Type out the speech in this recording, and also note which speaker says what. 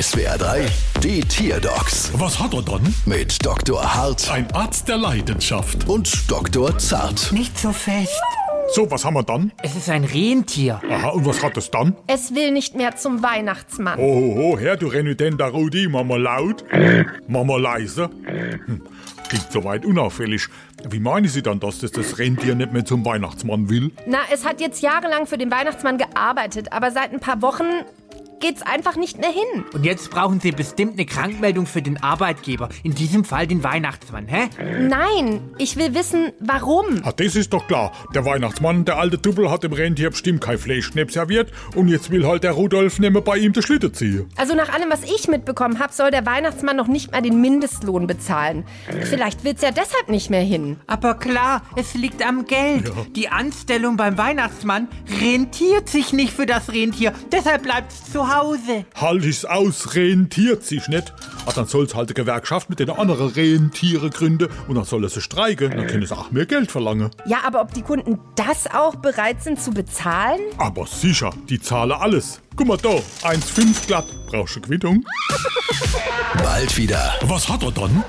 Speaker 1: SWR 3, die Tierdocs
Speaker 2: Was hat er dann?
Speaker 1: mit Dr. Hart
Speaker 2: Ein Arzt der Leidenschaft.
Speaker 1: und Dr. Zart.
Speaker 3: Nicht so fest.
Speaker 2: So, was haben wir dann?
Speaker 3: Es ist ein Rentier.
Speaker 2: Aha, und was hat es dann?
Speaker 4: Es will nicht mehr zum Weihnachtsmann.
Speaker 2: Oh, ho, ho, her, du renitenter Rudi, mach mal laut, mach mal leise. Hm, Klingt soweit unauffällig. Wie meinen Sie dann das, dass das Rentier nicht mehr zum Weihnachtsmann will?
Speaker 4: Na, es hat jetzt jahrelang für den Weihnachtsmann gearbeitet, aber seit ein paar Wochen geht's einfach nicht mehr hin.
Speaker 3: Und jetzt brauchen Sie bestimmt eine Krankmeldung für den Arbeitgeber. In diesem Fall den Weihnachtsmann, hä?
Speaker 4: Nein, ich will wissen, warum.
Speaker 2: Ah, das ist doch klar. Der Weihnachtsmann, der alte Tuppel, hat dem Rentier bestimmt kein Fleischknepp serviert und jetzt will halt der Rudolf nicht mehr bei ihm den Schlitten ziehen.
Speaker 4: Also nach allem, was ich mitbekommen habe, soll der Weihnachtsmann noch nicht mal den Mindestlohn bezahlen. Vielleicht will's ja deshalb nicht mehr hin.
Speaker 3: Aber klar, es liegt am Geld. Die Anstellung beim Weihnachtsmann rentiert sich nicht für das Rentier. Deshalb bleibt's zu Hause.
Speaker 2: Halt ich's aus, rentiert sich nicht. Ah, dann soll's halt eine Gewerkschaft mit den anderen Rentiere gründen und dann soll es sie streiken. Dann können sie auch mehr Geld verlangen.
Speaker 4: Ja, aber ob die Kunden das auch bereit sind zu bezahlen?
Speaker 2: Aber sicher, die zahle alles. Guck mal da, 1,5 glatt. Brauchst du Quittung?
Speaker 1: Bald wieder.
Speaker 2: Was hat er dann?